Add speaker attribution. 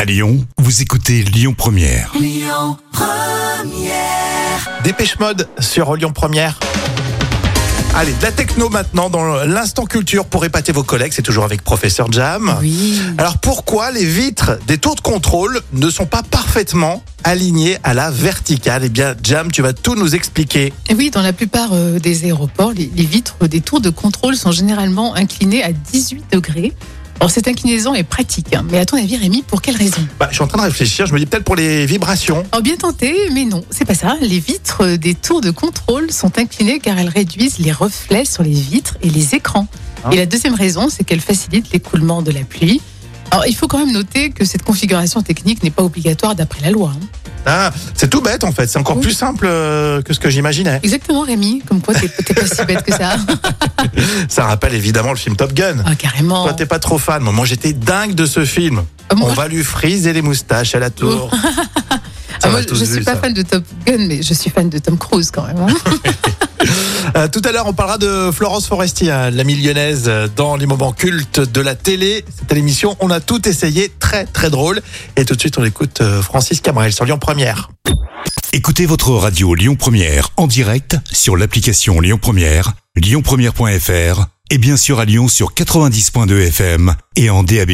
Speaker 1: À Lyon, vous écoutez Lyon Première.
Speaker 2: Dépêche Mode sur Lyon Première. Allez, de la techno maintenant dans l'instant culture pour épater vos collègues, c'est toujours avec professeur Jam.
Speaker 3: Oui.
Speaker 2: Alors pourquoi les vitres des tours de contrôle ne sont pas parfaitement alignées à la verticale Eh bien Jam, tu vas tout nous expliquer.
Speaker 3: Et Eh oui, dans la plupart euh, des aéroports, les, les vitres des tours de contrôle sont généralement inclinées à 18 degrés. Alors cette inclinaison est pratique, hein, mais à ton avis Rémi, pour quelle raison
Speaker 2: Bah, je suis en train de réfléchir, je me dis peut-être pour les vibrations.
Speaker 3: Alors Oh, bien tenté, mais non, c'est pas ça. Les vitres euh, des tours de contrôle sont inclinées car elles réduisent les reflets sur les vitres et les écrans.
Speaker 2: Ah.
Speaker 3: Et la deuxième raison, c'est qu'elles facilitent l'écoulement de la pluie. Alors il faut quand même noter que cette configuration technique n'est pas obligatoire d'après la loi. hein.
Speaker 2: Ah, c'est tout bête en fait, c'est encore
Speaker 3: Oui.
Speaker 2: plus simple euh, que ce que j'imaginais.
Speaker 3: Exactement Rémi, comme quoi t'es t'es pas si bête que ça.
Speaker 2: Ça rappelle évidemment le film Top Gun.
Speaker 3: Ah carrément.
Speaker 2: Toi, t'es pas trop fan. Moi, j'étais dingue de ce film.
Speaker 3: Ah, moi,
Speaker 2: On va lui friser les moustaches à la tour.
Speaker 3: Ah,
Speaker 2: Ça, on
Speaker 3: moi,
Speaker 2: a tous
Speaker 3: je suis
Speaker 2: vu,
Speaker 3: pas
Speaker 2: ça.
Speaker 3: fan de Top Gun, mais je suis fan de Tom Cruise quand même. hein.
Speaker 2: Euh, tout à l'heure, on parlera de Florence Foresti, hein, la millionnaise, euh, dans les moments cultes de la télé. C'était l'émission On a tout essayé, très très drôle. Et tout de suite, on écoute euh, Francis Cabrel sur Lyon Première.
Speaker 1: Écoutez votre radio Lyon Première en direct sur l'application Lyon Première, lyonpremière.fr et bien sûr à Lyon sur 90.2 FM et en DAB+.